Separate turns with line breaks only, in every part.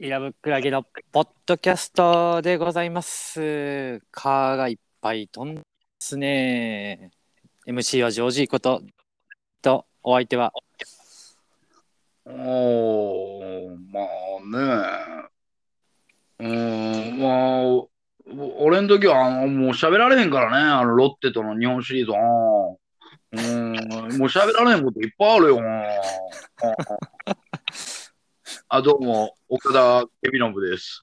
イラブクラゲのポッドキャストでございます。カーがいっぱい飛んでますね。MC はジョージーこと、とお相手は、
おー、まあね。うーん、まあ、お俺の時はあのもう喋られへんからね、あのロッテとの日本シリーズ。あーうーん、もう喋られへんこといっぱいあるよ。あーあーあ、どうも、岡田ケビノブです。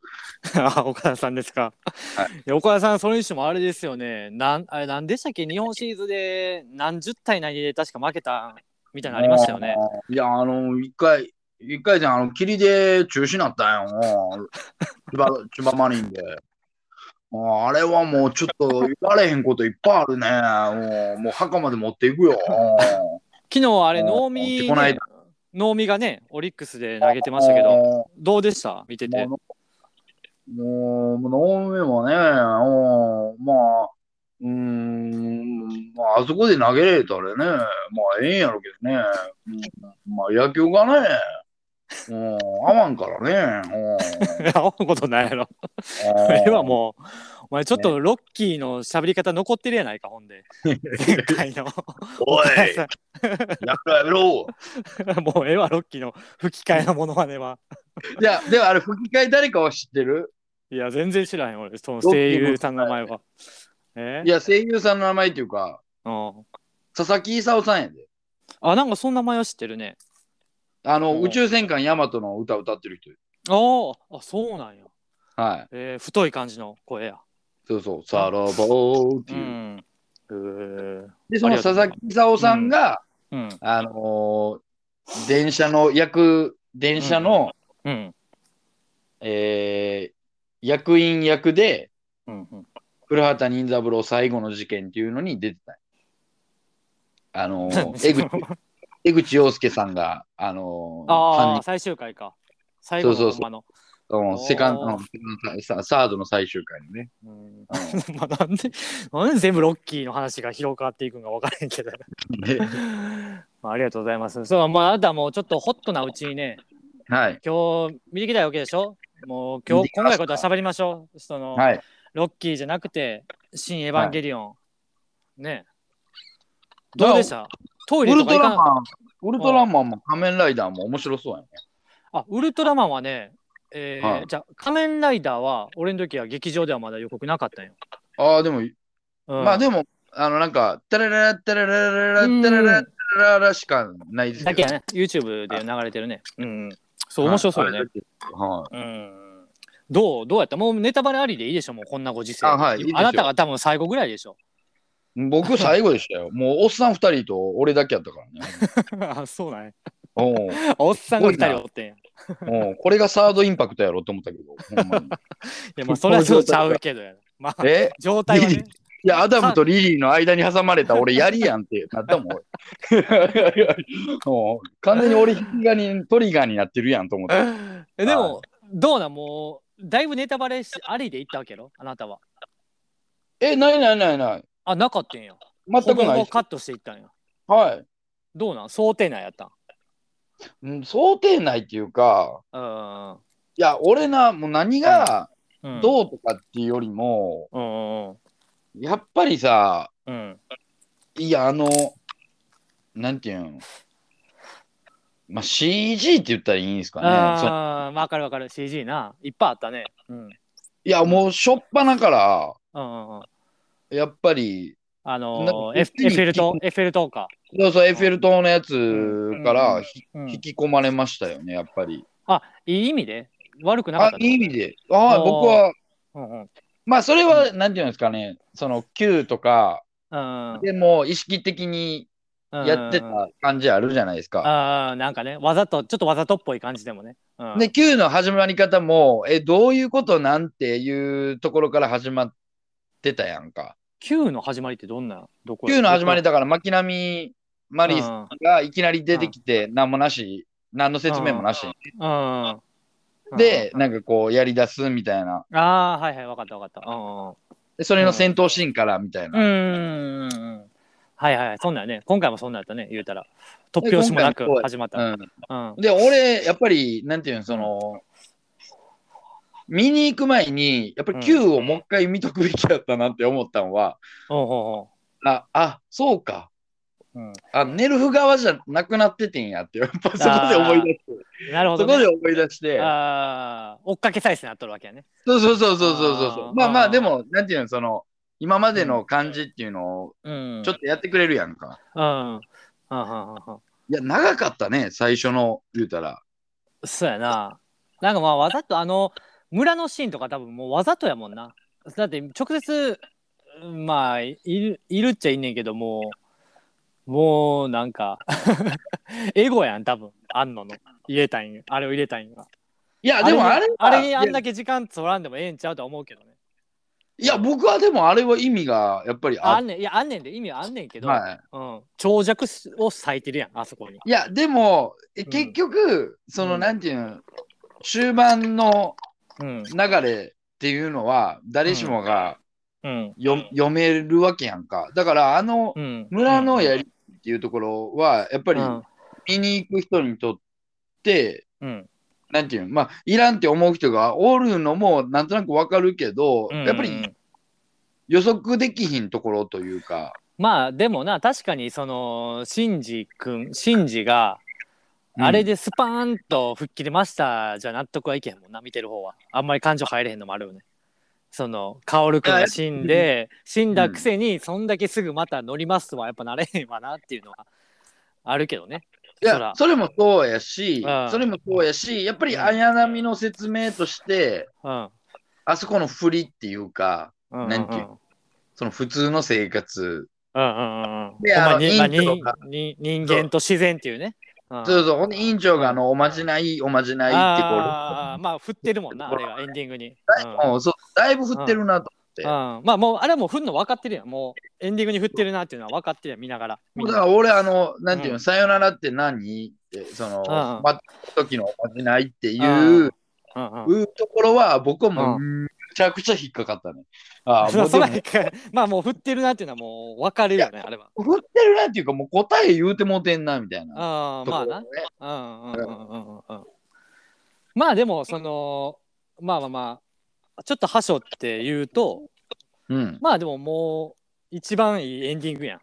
あ岡田さんですか。
はい
や岡田さん、それにしてもあれですよね。なんあれなんでしたっけ日本シリーズで何十対何で確か負けたみたいなのありましたよね。
あー。いや、あの、一回、一回じゃん、あの、霧で中止になったんよ。千葉、 千葉マリンで。もうあれはもうちょっと言われへんこといっぱいあるね。もうもう墓まで持っていく よ。
昨日あれ、
あー
能見、
この
ね
間、
能見がね、オリックスで投げてましたけど、
ど。
どうでした見て て。
もう、もう、もう能見もね、うんまあ、うーん、まあ、あそこで投げれたらね、まあ、ええんやろうけどね、うん、まあ、野球がね、うん、合わんからね、 うん。
あんことないやろ。
あ
こ
ー
れはもう、お前ちょっとロッキーの喋り方残ってるやないか、ほんで。前回の。
おい、やめろやめろ。
もうええわ、ロッキーの吹き替えのものまねは。
じゃあ、でもあれ、吹き替え誰かは知ってる
いや、全然知らへん、俺、その声優さんの名前は。え
いや、声優さんの名前っていうか、
うん。
佐々木勲さんやで。
あ、なんかそんな名前は知ってるね。
あの、
うん
宇宙戦艦ヤマトの歌歌ってる人。
あーあ、そうなんや。
はい。
えー太い感じの声や。
そうそう、サラバーって
う
いう。
ん。えー
で、その佐々木勲さんが、
うん。
あのー電車の役、電車の、
うん。
えー役員役で、
うん。うん
古畑任三郎最後の事件っていうのに出てた。あのー、江口江口洋介さんが、あのー
ああ、最終回か。最後の
そ
ほ
うそ
ん
う
まの。
犯人うんセカンド
おー
うんセカンドサ、サードの最終回のね。
うん
う
まあ、なんで、なんで全部ロッキーの話が広がっていくんか分からへんけど。
ん で
まあ、ありがとうございます。そう、まあ、あなたもうちょっとホットなうちにね、
はい。
今日見てきたわけでしょもう今日、
見てき
今
ま
回
し
のことは喋りましょう。その、
はい。
ロッキーじゃなくて、新エヴァンゲリオン。ねどうでしたト
ウ
イレ
ル
とか
ト
行かな
ラマン、ウルトラマンも仮面ライダーも面白そうやね。
あ、ウルトラマンはね、えー
はい
じゃあ仮面ライダーは、俺の時は劇場ではまだ予告なかったんよ。
ああ、でも、
うん、
まあでも、あの、なんか、タラララタララララ
うん
タラララタラララしかないです
だ
け
け
ど。
やね、YouTube で流れてるね。うん。そう、
はい
面白そうよね。。
はい。
うん。どうどうやったもうネタバレありでいいでしょもうこんなご時世。
あはいいいですよ
あなたが多分最後ぐらいでしょ。
僕、最後でし たよ。もう、おっさん二人と俺だけやったからね。
あ、 そうなんや。
おう
おっさんが二人おってんや。い
おうこれがサードインパクトやろと思ったけど、ほんまに。
や、まあ、それはそうちゃうけどや な。まあ、
え
状態はね。
いや、アダムとリリーの間に挟まれた俺やりやんってなったもん。俺 もう完全に俺引き金、トリガーになってるやんと思って。
えでも、どうなんもう、だいぶネタバレしありでいったわけやろあなたは。
え、ないないないない。
あ、なかったんや。
全く
ほぼ
な
ほ
い
ぼ
っす。
カットしていったんや。
は
どうなん想定内やったん。
い、うん。想定内っていうか、
うん
いや、俺な、もう何が
うん。う
どうとかっていうよりも、
うんうん
やっぱりさ、
うんうん。
いや、あの、なんていうん、まあ、CG って言ったらいいんですかね。その
ああ、わかるわかる。CG な。いっぱいあったね。うん。
いや、もう、しょっぱなから、
うんうんうん。
やっぱり、
あ
な
のー、エ
別
フエッ
に
フェル塔、エッフェル塔か。
そうそう、エッフェル塔のやつか
う
ら
ん
ひ
うん
引き込まれましたよね、やっぱり。
あ、いい意味で悪くなかっ
あ
た、
いい意味。で。あ
おー
僕は、
うんうん。
まあ、それは、なんていうんですかね、その Q とか
うん
でも意識的に
うん、
やってた感じあるじゃないですか。
ああ、なんかね、わざと、ちょっとわざとっぽい感じでもね。うん、
で、Q の始まり方も、え、どういうことなんていうところから始まってたやんか。
Q の始まりってどんな、どこ
Q の始まり、
だ
だから、巻波マリーさんがいきなり出てきて、何もなし、何の説明もなし。
うん。うん
で、、なんかこう、やり出すみたいな。
ああ、はいはい、わかったわかった。うんうん
でそれの戦闘シーンからみたいな。
うん。うーん。はいはい、そんなんやね。今回もそんなんやったね、言うたら。突拍子もなく
今回もそうや
始まった。
う
うん。
ん、で俺やっぱりなんていうのその見に行く前に、やっぱり Q をもう一回見とくべきやったなって思ったのは、
ほうほ
あ、あ、そうか。
うほう。うん。
あ、ネルフ側じゃなくなっててんやって、やっぱそこで思い出して、
なるほ
そ
ど、
こで
ね。
思い出して、
ああ、追っかけ再生なっとるわけやね。
そうそうそうそうそうそうそう
あー
まあま
あ
あ、
ー
でも、なんていうの、その、今までの感じっていうのを、
うん。
ちょっとやってくれるやんか。
うん。はんはんはんはん
いや、長かったね、最初の、言うたら。
そうやな。なんかまあわざとあの村のシーンとか多分もうわざとやもんな。だって直接うんまあいるいるっちゃいんねんけどもうもうなんか エゴやん多分あんのの入れたいんあれを入れたいんが。
いや、でもあれは
あれにあ
い
ん
や
だけ時間取らんでもええんちゃうとは思うけどね。
いや、僕はでもあれは意味が、やっぱり
あ
あっ
んねんいやあんねんで意味はあんねんけ
て、
ど、
はい。
うん、長尺を割いてるやんあそこに。
いや、でも、え
ん
結局、その、
うん
なんていうの、終盤の
うん
流れっていうのは、誰しもが
うん
よ、読めるわけやんか。だから、あの
う、ん、
村のやりっていうところは、やっぱり
うん
見に行く人にとって、
うん
なんていうの、まあ、いらんって思う人がおるのも、なんとなくわかるけど、
うん、
やっぱり予測できひんところというか、
まあでもな確かにそのシンジ君シンジが
うん
あれでスパーンと吹っ切れましたじゃ納得はいけへんもんな見てる方はあんまり感情入れへんのもあるよねその薫君が死んで死んだくせにそんだけすぐまた乗りますとはやっぱなれへんわなっていうのはあるけどね
い
そ
や
ら、
それもそうやし
うん、
それもそうやし、やっぱり
うん
綾波の説明として、
うん
あそこの振りっていうか、
うんうんうん
なんていうその普通の生活。
うんうんうんうん
で
ほんま
あの
に
インド
にに人間と自然っていうねうん
そうそう、ほんで、委員長があの、おまじない、おまじないってこ
あーまあ振ってるもんなあれがエンディングに、うん
う、もうそうだいぶ振ってるなと。
うん、まあもうあれはもう振るの分かってるやんもうエンディングに振ってるなっていうのは分かってるやん見ながらみん
だ
な
から俺、あの、なんていう
う
の、
ん
さよならって何って、その、
うん
待つ時のおまじないってい
うんう
う、
んうん
いうところは、僕は
う
もう、めちゃくちゃ引っかかったね。ああ、
そ
も
う
うで
そ
も
らへんかまあもう振ってるなっていうのはもう分かるよねあれは
振ってるなっていうか、もう答え言うてもうてんな、みたいな。
ああ
とこ
まあ
ろ
な
ね
うんうんうんうんうんうんまあでもそのまあまあまあちょっと端折って言うと
うん。
まあでももう一番いいエンディングやん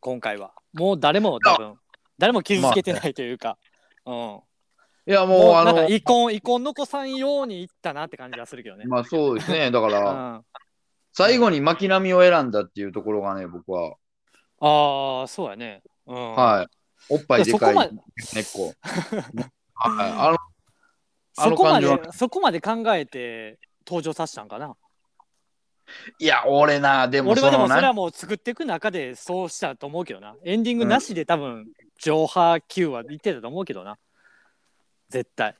今回はもう誰も多分誰も傷つけてないというか、うん
いや、
も
もう、
う
あ
なんか
の、
遺恨遺恨残さんようにいったなって感じがするけどね、
まあそうですね。だから、
うん
最後に巻波を選んだっていうところがね、僕は、
ああ、そうやね。うん、
はい。おっぱいで
そこ
かい
まで
根っこ。はい。あの、あ
そ
の
こま
感じ
で
は。
そこまで考えて登場させたんかな。
いや、俺な、でも
俺
そ
はで
の
もそれ
な、
はもう作っていく中でそうしたと思うけどな。エンディングなしで多分、上波級は言ってたと思うけどな。絶対。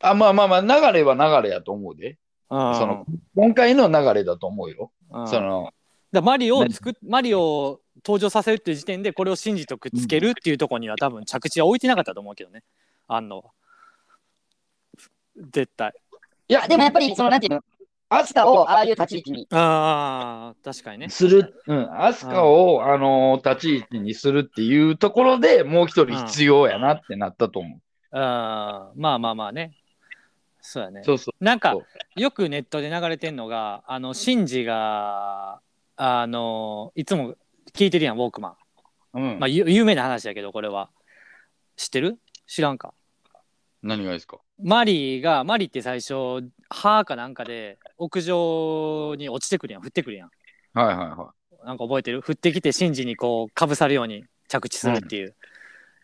あ、まあまあまあ、流れは流れやと思うで。
そ
その、今回の流れだと思うよ。
うん、
そ
だか
の、
らマリオを作っマリオを登場させるっていう時点でこれを信じとくっつけるっていうところには多分着地は置いてなかったと思うけどね。あんのは。絶対。
いや、
でもやっぱり、その、なんていうの、アスカをああいう立ち位置に
ああ、確かにね。
する、うん、アスカを、あの立ち位置にするっていうところでもう一人必要やなってなったと思
あーまあまあまあねそうやね
う。そうそう。
なんか
そ
よくネットで流れてんのがあのシンジがあのいつも聞いてるやんウォークマ
うん
ン、まあ、ゆ有名な話だけどこれは知ってる知らんか
何がですか
マリーがマリーって最初歯かなんかで屋上に落ちてくるやん降ってくるやん
はいはいは。
なんか覚えてる降ってきてシンジにこうかぶさるように着地するっていう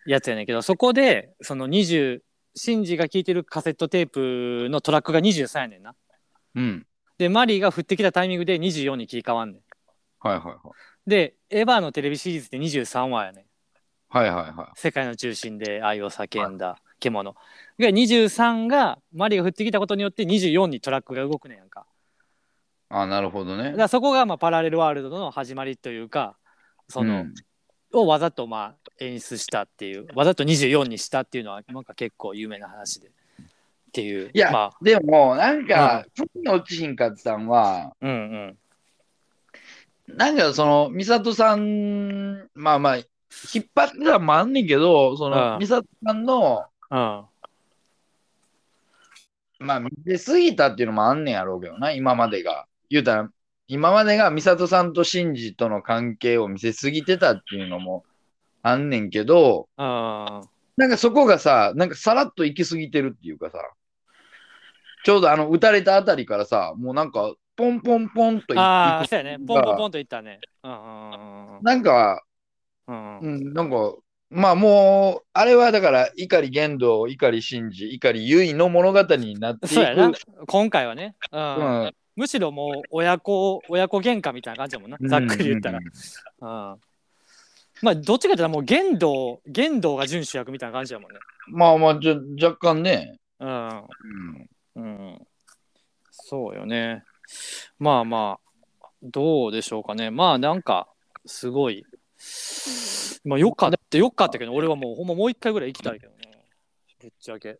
やつやねんけど、そこでその20シンジが聴いてるカセットテープのトラックが23やねんない
うん。
でマリーが降ってきたタイミングで24に切り替わんねん
はいはいはい。
でエヴァのテレビシリーズで23話やねん
はいはいはい。
世界の中心で愛を叫んだ獣が23がマリーが降ってきたことによって24にトラックが動くねんやんか
あ、なるほどね。
だからそこがまあパラレルワールドの始まりというかその、
うん
をわざとまあ演出したっていうわざと24にしたっていうのはなんか結構有名な話でっていう
いや、
まあ
でも、なんか、ふ、に落ちひんかったんは、
うんうん
なんかその、美里さん、まあまあ、引っ張ってたんもあんねんけど、そ
うん
の、美里さんの、
うん
まあ、見せすぎたっていうのもあんねやろうけどな、今までが。言うたら、今までが美里さんと真治との関係を見せすぎてたっていうのもあんねんけど、
うん。
なんかそこがさ、なんかさらっと行き過ぎてるっていうかさ、ちょうどあの、打たれたあたりからさ、もうなんか、ポンポンポンと行
ああ、
行
そうやね。ポンポンポンといったね。うんうんうん
く。なんか、
うん。う
うんん、なんか、まあもう、あれはだから、碇玄道、碇真治、碇結衣の物語になっていく。
そうやな。今回はね。う。
うんん、
むしろもう親子、親子喧嘩みたいな感じだもんな。ざっくり言ったら。
うん
うん。まあ、どっちかって言ったらもう言動、言動が準主役みたいな感じだもんね。
まあまあ、じゃ若干ね。
うん。
うん
うん、そうよね。まあまあ、どうでしょうかね。まあなんか、すごい。まあよかった、よかったけど、俺はもうほんまもう一回ぐらい行きたいけどね。ぶっちゃけ。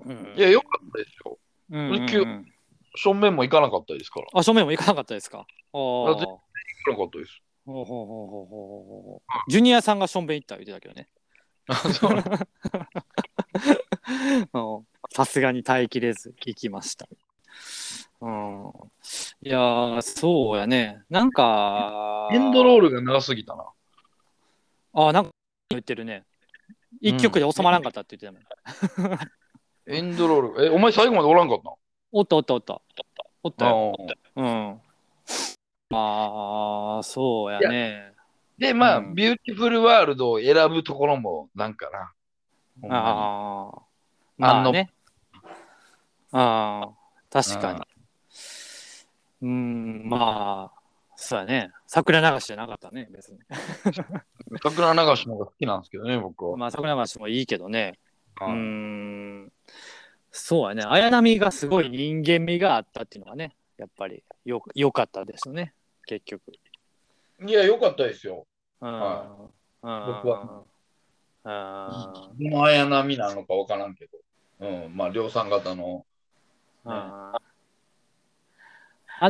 うん
いや、よかったですよ。
うんうんうん
俺正面も行かなかったですから。
あ、正面も行かなかったですか。ああ。
あぜ
ほ
行かなかったです。
うほうほうほうほうほうジュニアさんが正面行った言ってたけ どね。うんさすがに耐えきれず行きました。うん、いやーそうやねなんか
エンドロールが長すぎたな。
あなんか言ってるね一曲で収まらんかったって言ってたもん、
エンドロール。え、お前最後までおらんかった
おったおったおったおったよ
の
うんああそうやね
で、まあ、
うん
ビューティフルワールドを選ぶところもなんかな。ほんまに
ああまあねああ確かにうんまあそうやね桜流しじゃなかったね別に
桜流しの方が好きなんですけどね、僕は。
まあ桜流しもいいけどねうー
うん
んそうやね綾波がすごい人間味があったっていうのがねやっぱりよよかったですよね結局、
いや、よかったですよ。
うん
は
うん
僕は
うん
もう綾波なのかわからんけど。うん、まあ、量産型の。
うんあ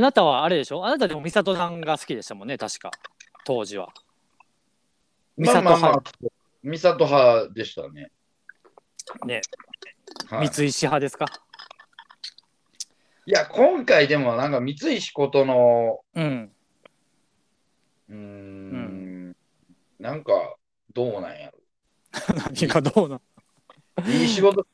なたはあれでしょあなたでも美里さんが好きでしたもんね確か当時は美
まあ
里
まあま
派
あ、ミサト派でしたね。
ね
はい
三井氏派ですか、
いや、今回でもなんか三石ことの、
うん
うーん、なんかどうなんや
何がどうな
ろ。いい仕事か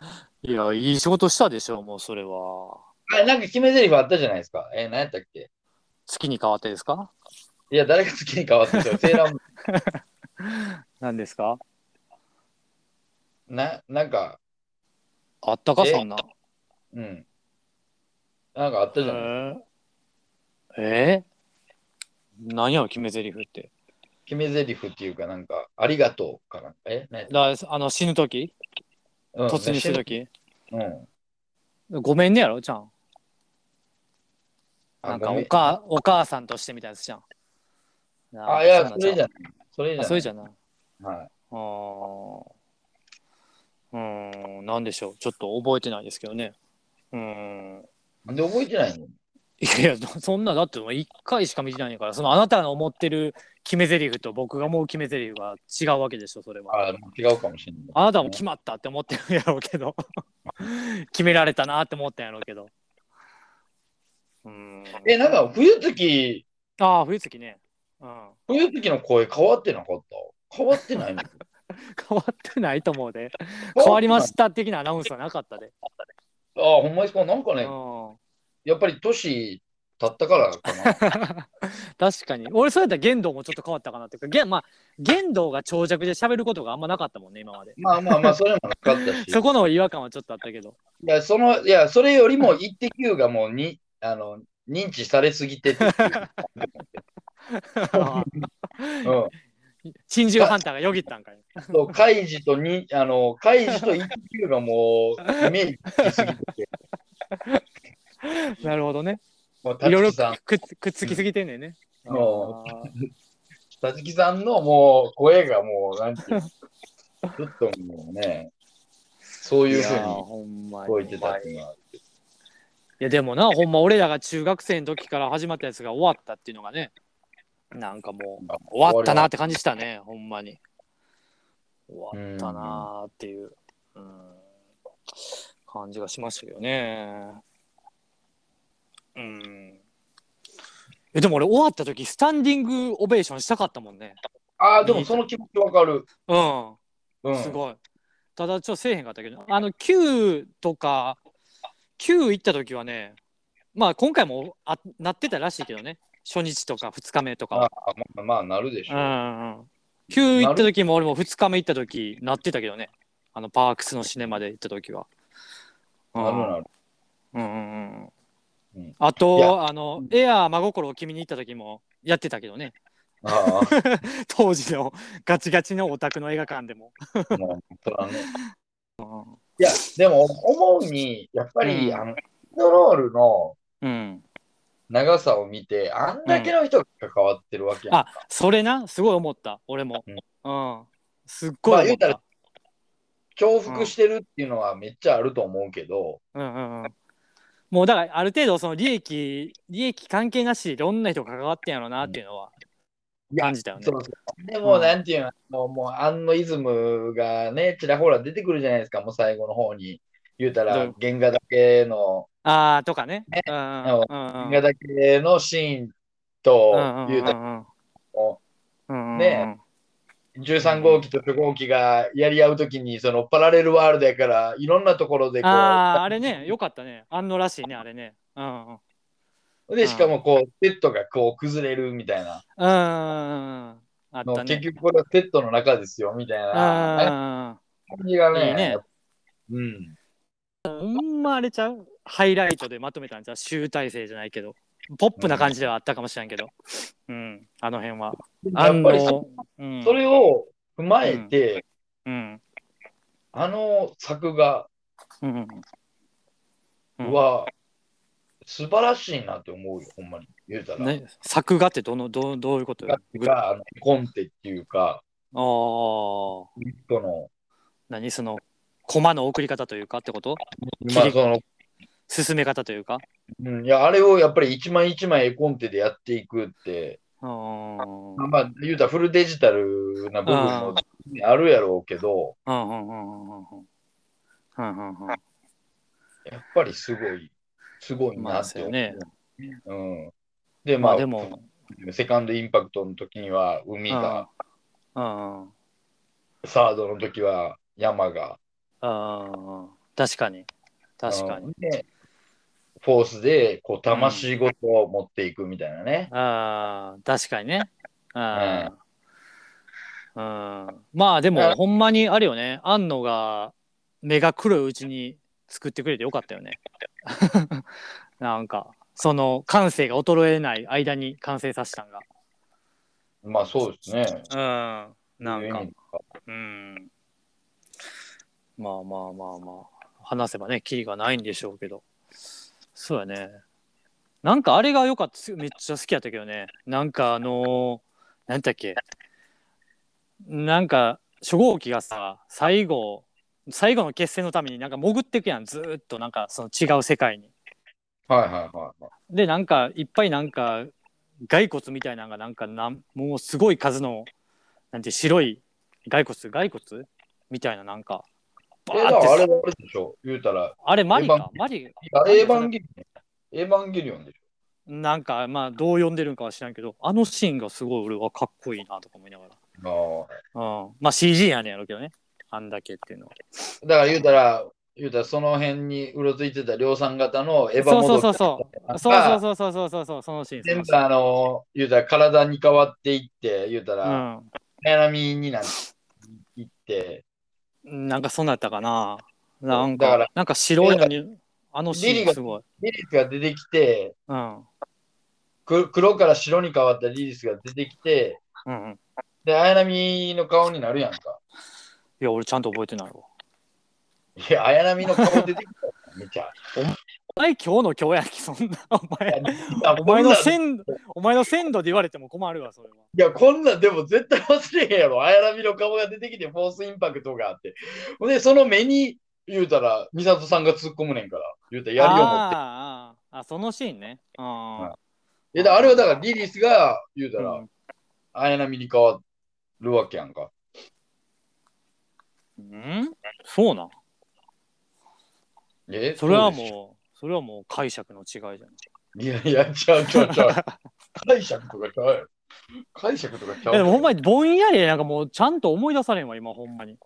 な。
いやいい仕事したでしょもうそれは好
あれ、なんか決め台詞あったじゃないですか。えー、何やったっけ
きに変わってですか
いや、誰が好きに変わってたよ。セーラーム
何ですか
ーン な、なんか、
あったか
え
そんな
うん。なんかあったじゃない
えー、えー何やろ決め台詞って
決め台詞っていうか、なんか、ありがとうかなんか。え、ね、
だあの死ぬ時
うん
突入する時、
うん。
ごめんねやろちゃん
あ
なんか
ごめ
おかお母さんとしてみたいなやつじゃん
あ、いや、そ
ん
れじゃ
ん
ない。それじ
あ
ゃない。
それじゃない
はい。
あーうーんなんでしょうちょっと覚えてないですけどねうーん
なんで覚えてないの
いやいやそんなだって1回しか見てないんやからそのあなたの思ってる決め台詞と僕が思う決め台詞が違うわけでしょそれは
あ、違うかもしれない。
あなたも決まったって思ってるんやろうけ ど決められたなって思ったんやろうけどうーん
え、なんか、冬月
ああ冬月ね、うん、
冬月の声変わってなかった変わってないの
変わってないと思うで 変わりました的なアナウンスはなかったで、
ああ、ほんまですかなんか
う
ね、
ん、
やっぱり年経ったからかな。
確かに俺そうやったら言動もちょっと変わったかなっていうかげんまあ言動が長尺で喋ることがあんまなかったもんね今まで
まあまあまあ、それもなかったし。
そこの違和感はちょっとあったけど
いや、その、いや、それよりも、イッテ Q がもうに、あの、認知されすぎ てて、うん
珍獣ハンターがよぎったんかい
そう、カイジとに、あの、カイジとイッテ Q がもう、イメージしすぎて て、
なるほどね
もう、
い
た
ろいろ
つき
く
さん
っ、つくっつきすぎてんねんね、
うん
あー
たつきさんのもう、声がもう、なんていうの、ちょっともうね、そういうふう
やー
に
ほんま
聞
に
こえてたっていうのは。
いやでもなほんま俺らが中学生の時から始まったやつが終わったっていうのがねなんかもう終わったなって感じしたねほんまに終わったなーっていううん感じがしましたけどね。うん。え、でも俺終わった時、スタンディングオベーションしたかったもんね。
ああ、でもその気持ちわかる。
うん。
うん。
すごい。ただちょっとせえへんかったけど、あの9とか9行った時はね、まあ今回もあなってたらしいけどね、初日とか2日目とか
あ
は。
あまあ、まあ、なるでし
う
ょ
んう
う。
んうん、9行った時も俺も2日目行った時なってたけどね、あのパークスのシネマで行った時は。うん
なるなる。
うんうんう
うんん。
あ
い
と、
や
あの、エアー真心を君に行った時もやってたけどね、
あ
当時のガチガチのオタクの映画館でも。
あ、もう、そらね。
うん
いや、でも思うに、やっぱり、
うん
あの、エンドロールの
うん。
長さを見て、あんだけの人が関わってるわけやん
あ
か。
それなすごい思った俺も、うんすっ
ま
ごい
あ
思
言
っ
う
た,、
たら重複してるっていうのはめっちゃあると思うけど、
うんうんうん、もうだからある程度その利益利益関係なしでいろんな人が関わってんやろうなっていうのは感じたよね、
そうそうでも、なんていうの、もう、もう、あんのイズムがね、ちらほら出てくるじゃないですか、もう最後の方に。言うた
う
ら
ん、
原画だけの、
ああとかねうんうんうんうん
原画だけのシーンと、言うたら、も
うん
ねう13号機と初号機がやり合うときに、そのパラレルワールドやから、いろんなところでこう、
あああれねよかったねあんのらしいねあれねうんうん
で、しかもこう、セットがこう崩れるみたいな。
うんうんうんあっ
の
たね
結局これはセットの中ですよ、みたいな。あ
あ
れ感じがね、
いいね
うん。
ほんまあれちゃうハイライトでまとめたんじゃう集大成じゃないけどポップな感じではあったかもしれんけど、うんあの辺はあ
やっ
の
ぱりそ
うん、
それを踏まえて、
うん
あの作画
うんうん
は素晴らしいなって思うよ、ほんまに。言うたら。
ね、作画ってどのどうどういうこと
があのコンテっていう
ああ
か、その、
何そのコマの送り方というかってこと切り
まあその、
進め方というか
うん、いや、あれをやっぱり一枚一枚絵コンテでやっていくって、
うんうん
まあ、言うたらフルデジタルな部分もあるやろうけど、
うんうんうんうんうんうん
やっぱりすごい、すごいなって思う。
まあそうやね
うん。で、
ま
ま
あ
あ、
でも
セカンドインパクトの時には海が、
うんうん
サードの時は山が、
あー確かに確かに
うんでフォースでこう魂ごと持っていくみたいなね。
ああ確かにね。ああうん、まあでもほんまにあれよね安野が目が黒いうちに作ってくれてよかったよね。 なんかその感性が衰えない間に完成させたん
まあそうですね。
が。うん、なん
う
か
ん、
うん。まあまあまあまあ話せばねキリがないんでしょうけどそうやねなんかあれが良かっためっちゃ好きやったけどねなんかあのー、なんだっけなんか初号機がさ最後最後の決戦のためになんか潜っていくやんずーっとなんかその違う世界に
はいはいはいはい。
でなんかいっぱいなんか骸骨みたいなのがなんかなんもうすごい数のなんて白い骸骨骸骨みたいななんかバ
え
ー
だからあ
っ
れ
て
はあれでしょ。言うたら、
あれマリ
エヴァ
か
ン
マリ
あれエヴァンゲリオン。エヴァンゲリオンでし
なんかまあどう呼んでるんかは知らんけどあのシーンがすごい俺はかっこいいなとか思いなが
ょ。あ
ら、うん、まあ CG やねんやろうけどねあんだけっていうのは
あだから言うたら、言うたらその辺にうろついてた量産型のエヴァモドキ
そうそう
が
そうそうそうそうそうそうそのシーンそ
全
のシ
部
ーン
あの、言うたら体に変わっていって、言うたら、悩みになっていって、
うん、なんかそうなったかななんか
だから
なんか白いのにあのシーンすごい、
リリスが出てきて、
うんうん
く黒から白に変わったリリスが出てきて、
うん、
で、綾波の顔になるやんか。
いや、俺ちゃんと覚えてないわ。
いや、綾波の顔出てきたよめっちゃ。
お前今日の今日やき、そんな。お前、
あ
お前の
こんなんい
鮮度、お前の鮮度で言われても困るわ、それは。
や、こんなんでも絶対忘れへんやろ。綾波の顔が出てきて、フォースインパクトがあって。ほんで、その目に、言うたら、美里さんが突っ込むねんから、言うたら、槍を持って。
あーあー、あそのシーンね。あ
えだあれはだから、リリスが、言うた
ー
ら、綾波に変わるわけやんか。
うん、うんそうなん。
え
それは
うでし
もう、それはもう解釈の違いじゃない。
ょ。いやいや、ちゃうちゃうちゃう。解釈とかちゃうやろ。解釈とかちゃう
いやで
やろ。
もほんまにぼんやりでなんかもうちゃんと思い出されんわ今ほんまに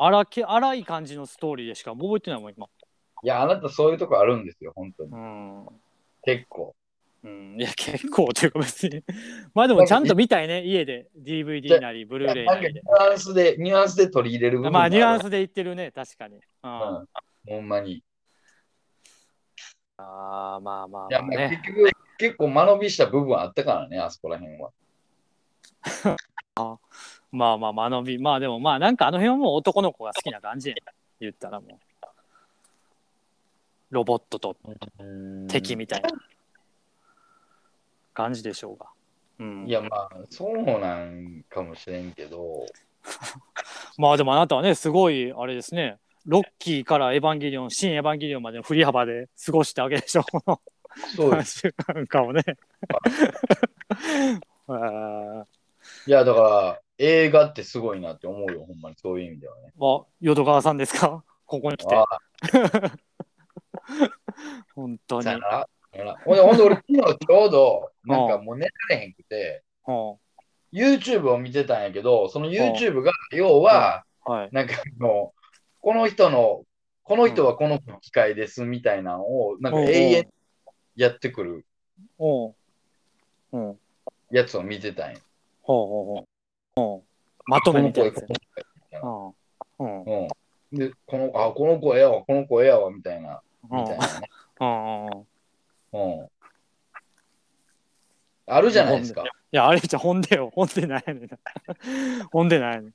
荒け荒い感じのストーリーでしか覚えてないもん今
いや、あなたそういうとこあるんですよ、本当に。
うん、
結構。
うん、いや結構というか別にまあでもちゃんと見たいね家で DVD なりブルーレイ
な
なん
か
り
ニ
で
ュアンスで、ニュアンスで取り入れる部分
まあニュアン
ス。
スで言ってるね確かに、うん
うん
あ
ほんまに。い
あまあまあま
や、
あ
まあ結
ね
局、結構間延びした部分はあったからね、あそこら辺は。
まあまあまあのびまあでもまあなんかあの辺はもう男の子が好きな感じやん言ったらもうロボットと敵みたいな感じでしょうが、うん、
いや、まあ、そうなんかもしれんけ ど、
まあでもあなたはねすごいあれですねロッキーからエヴァンゲリオン新エヴァンゲリオンまでの振り幅で過ごしたわけでしょこ の
そうです。
3週間かをね。 えー
いや、だから、映画ってすごいなって思うよ、ほんまに、そういう意味ではね。
まあ淀川さんですかここに来て
あ
本当
あ、
に
さ。よなら。さよならほんで、ほんで俺、昨日ちょ うど、なんかもう寝られへんくて、
うん、
YouTube を見てたんやけど、その YouTube が、要は、
はい。
なんかもう、この人の、この人はこの機械ですみたいなのを、なんか
うん
永遠にやってくる
おうん。うん。
やつを見てたんや。
ほうほうほう。うん。まとめみたいなやつやね。
こ
うん。うん。うん。
うん。で、この、あ、この子ええわ、この子ええわ、みたいな、みたいなね。
うんうん。い
うん。あるじゃないですか。
や、あれじゃほんでよ。ほ んでないねんな。ほんでないねん。
い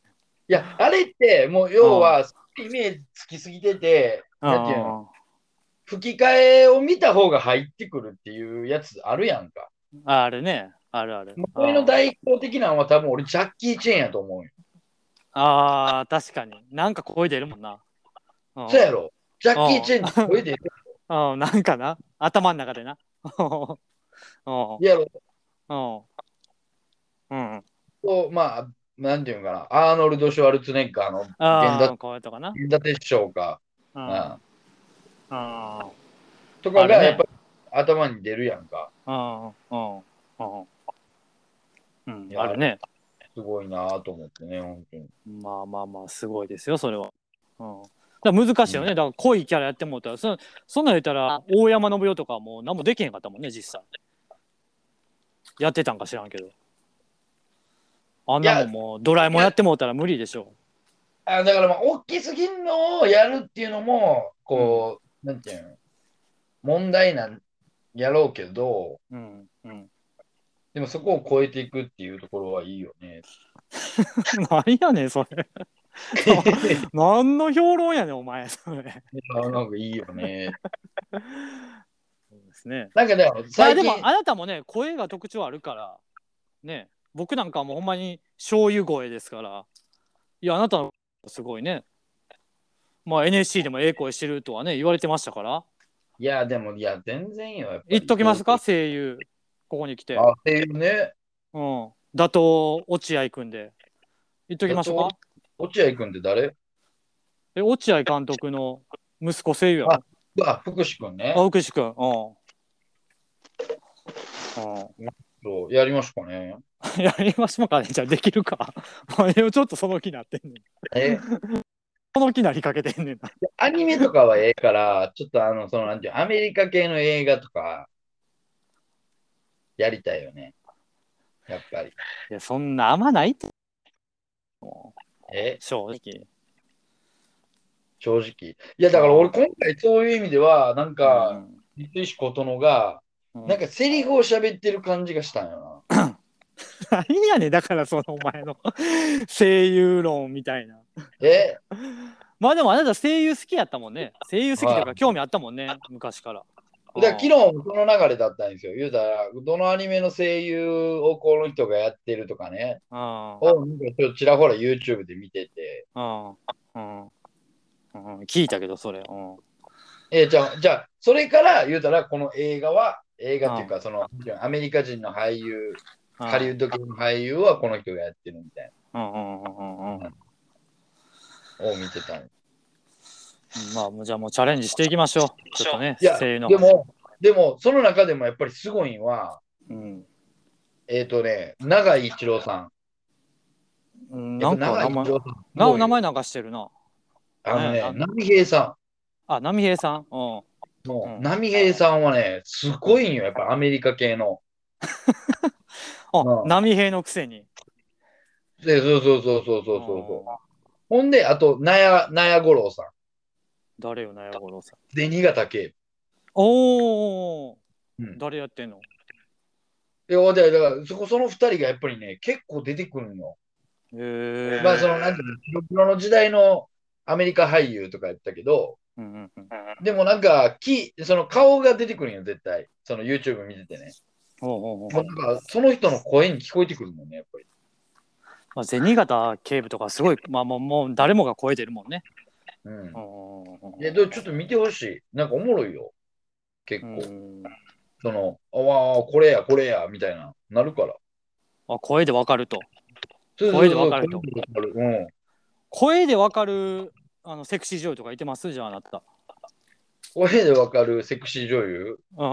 や、あれって、もう要は、イメージつきすぎてて、なんていうの、
あ
吹き替えを見た方が入ってくるっていうやつあるやんか。
あるね。あるある。
これの代表的なのは多分俺、ジャッキー・チェーンやと思うよ。
ああ、確かに。なんか声出るもんな。うん、
そうやろ。ジャッキー・チェーンって声で
うん、なんかな。頭の中でな。 うん
やろ
うん。うん。
と、まあ、なんていうのかな、アーノルド・シュワルツェネッガーの
あ
源
あ、声とかな。
田源田鉄章か、
う。
うんん、
うん。
とか
あれ
が
ね
やっぱり頭に出るやんか。
うん。うん。うん。うん
い。や
あるね。
すごいなと思ってね、本当に。
まあまあまあ、すごいですよ、それは。うん。だから難しいよね。だから濃いキャラやってもうたら、そそんなん言ったら、大山信代とかはもう何もできへんかったもんね、実際。やってたんか知らんけど。あんなもんもう、ドラえもんやってもうたら無理でしょ
あだからまあ、大きすぎんのをやるっていうのも、こう、なんていうの、問題なんやろうけど、
う。うん。うん。
でもそこを超えていくっていうところはいいよね。
何やねん、そ れ。何の評論やねん、お前、それ。
なんかいいよね。
そうですね。
なんかでも
まあ
最
で
近、
もあなたもね声が特徴あるからね僕なんかはもうほんまに醤油声ですからいやあなたのすごいねまあ NSC でもええ声してるとはね言われてましたから
いや、でも、いや、全然よ。やっぱり
言っときますか声優ここに来て、
あ、っていうね。
うん、打倒落合君で言っときましょうか
打倒落合君って誰
え落合監督の息子声優やろ
あ、福士君ね。
青く君うん、 うん
そう、やりましょうかね。
やりましょうかね。じゃあできるか。 まあちょっとその気になってんねん。
え、
その気になりかけてんねんな。
アニメとかはええから、ちょっとあの、その、なんていう、アメリカ系の映画とか、やりたいよね。やっぱり。
いや、そんな甘ないって
え、
正直。
正直。いや、だから俺、今回そういう意味では、なん
う
か、
ん
三石琴乃が、
うん
なんか、セリフを喋ってる感じがしたんよな。
何やねんだからそのお前の声優論みたいな。
え、
まあでもあなた声優好きやったもんね。声優好きと
は
か興味あったもんね、昔から。
だから昨日もその流れだったんですよ。言うたら、どのアニメの声優をこの人がやってるとかね、
うん
をなんかちょっとちらほら YouTube で見てて、
うんうんうん聞いたけど、それ。うん
えーじゃあ、じゃあそれから言うたら、この映画は、映画っていうか、その、アメリカ人の俳優、ハリウッド系の俳優はこの人がやってるみたい
うんうんうんうんうん
なのを見てたん
まあもうじゃあもうチャレンジしていきましょう。ちょっとね、
いや、
声優の。
でも、でも、その中でもやっぱりすごいのは、
うん。
えっ、とね、永井一郎さん。
うん、なんか
や
名
っぱ
前
長井一郎さん
な
すごい
名前なんかしてるな。
あのね、
ね
波平さ
あ、波平さん。うん。
ん。も
う
う、
ん
波平さんはね、すごいんよ、やっぱアメリカ系の。
あ、
うん
波平のくせに。
で、そうそうそうそうそうそうそう。ほんで、あと、納屋、納屋五郎さん。
誰よ、なやごろさん。
で、新潟系。
おお、
うん
誰やってんの
で、ほんでだから、そこ、その二人がやっぱりね、結構出てくるの。
へえ
まあそのなんていうの白黒の時代のアメリカ俳優とかやったけど、
うんうんうん。
でもなんかきその顔が出てくるんよ絶対その YouTube 見ててね、
ほうほうほ
も
う
うなんかその人の声に聞こえてくるもんねやっぱり
まあ、銭形警部とかすごい、まあもうもう誰もが超えてるもんね。
うん
うん
いやでもちょっと見てほしいなんかおもろいよ結
う
構、
ん
そのあわあこれやこれやみたいななるから
あ声でわかると。
そう
声でわかると
声でわかるうん
声でわかるあのセクシー女優とかいてますじゃああなた。
声でわかるセクシー女優
う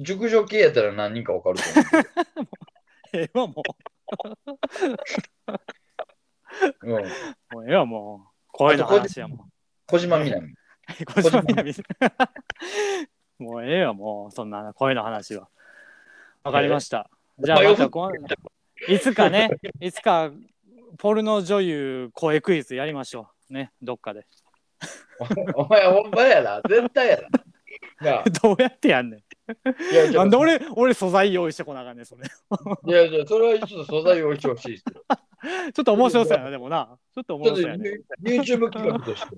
ん。
熟女系やったら何人かわかると
ええわも
思う、う
う。
ん、
もうええわもう。声の話やもん。
小島みなみ
小島みなみ。もうええわもうそんな声の話は。わかりました。じゃあまたこんいつかね、いつかポルノ女優声クイズやりましょう。ね、どっかで。
お前ほんまやな絶対やな。なあ
どうやってやんね
いや
ん。
いや
なんで俺、俺素材用意してこなあかんねん、それ。
いやいや、それはちょっと素材用意してほしいですよ。
ちょっと面白そうやな、でもな。ちょっと 面
ちょっ
白
と
そうやね。
YouTube 企画として。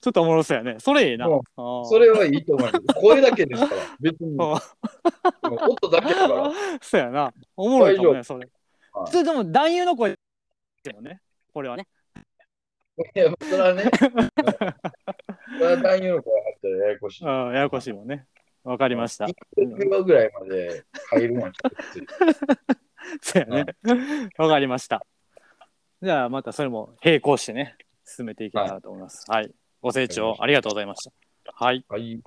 ちょっとおもろそうやね。それいいな。
うん
ああ
それはいいと思います。声だけですから、別に。
うん
音だけだから。
そうやな。おもろいかもね、それ
は。い
それでも男優の声でもね、これはね。
いや、それはね、それは男優の声入ったらややこしい。
うん、ややこしいもんね。わかりました。
1秒ぐらいまで入るのはちょっときつい。
そうやね。わかりました。じゃあまたそれも並行してね、進めていけたらと思います。はい。ご清聴ありがとうございました。はい。
はい。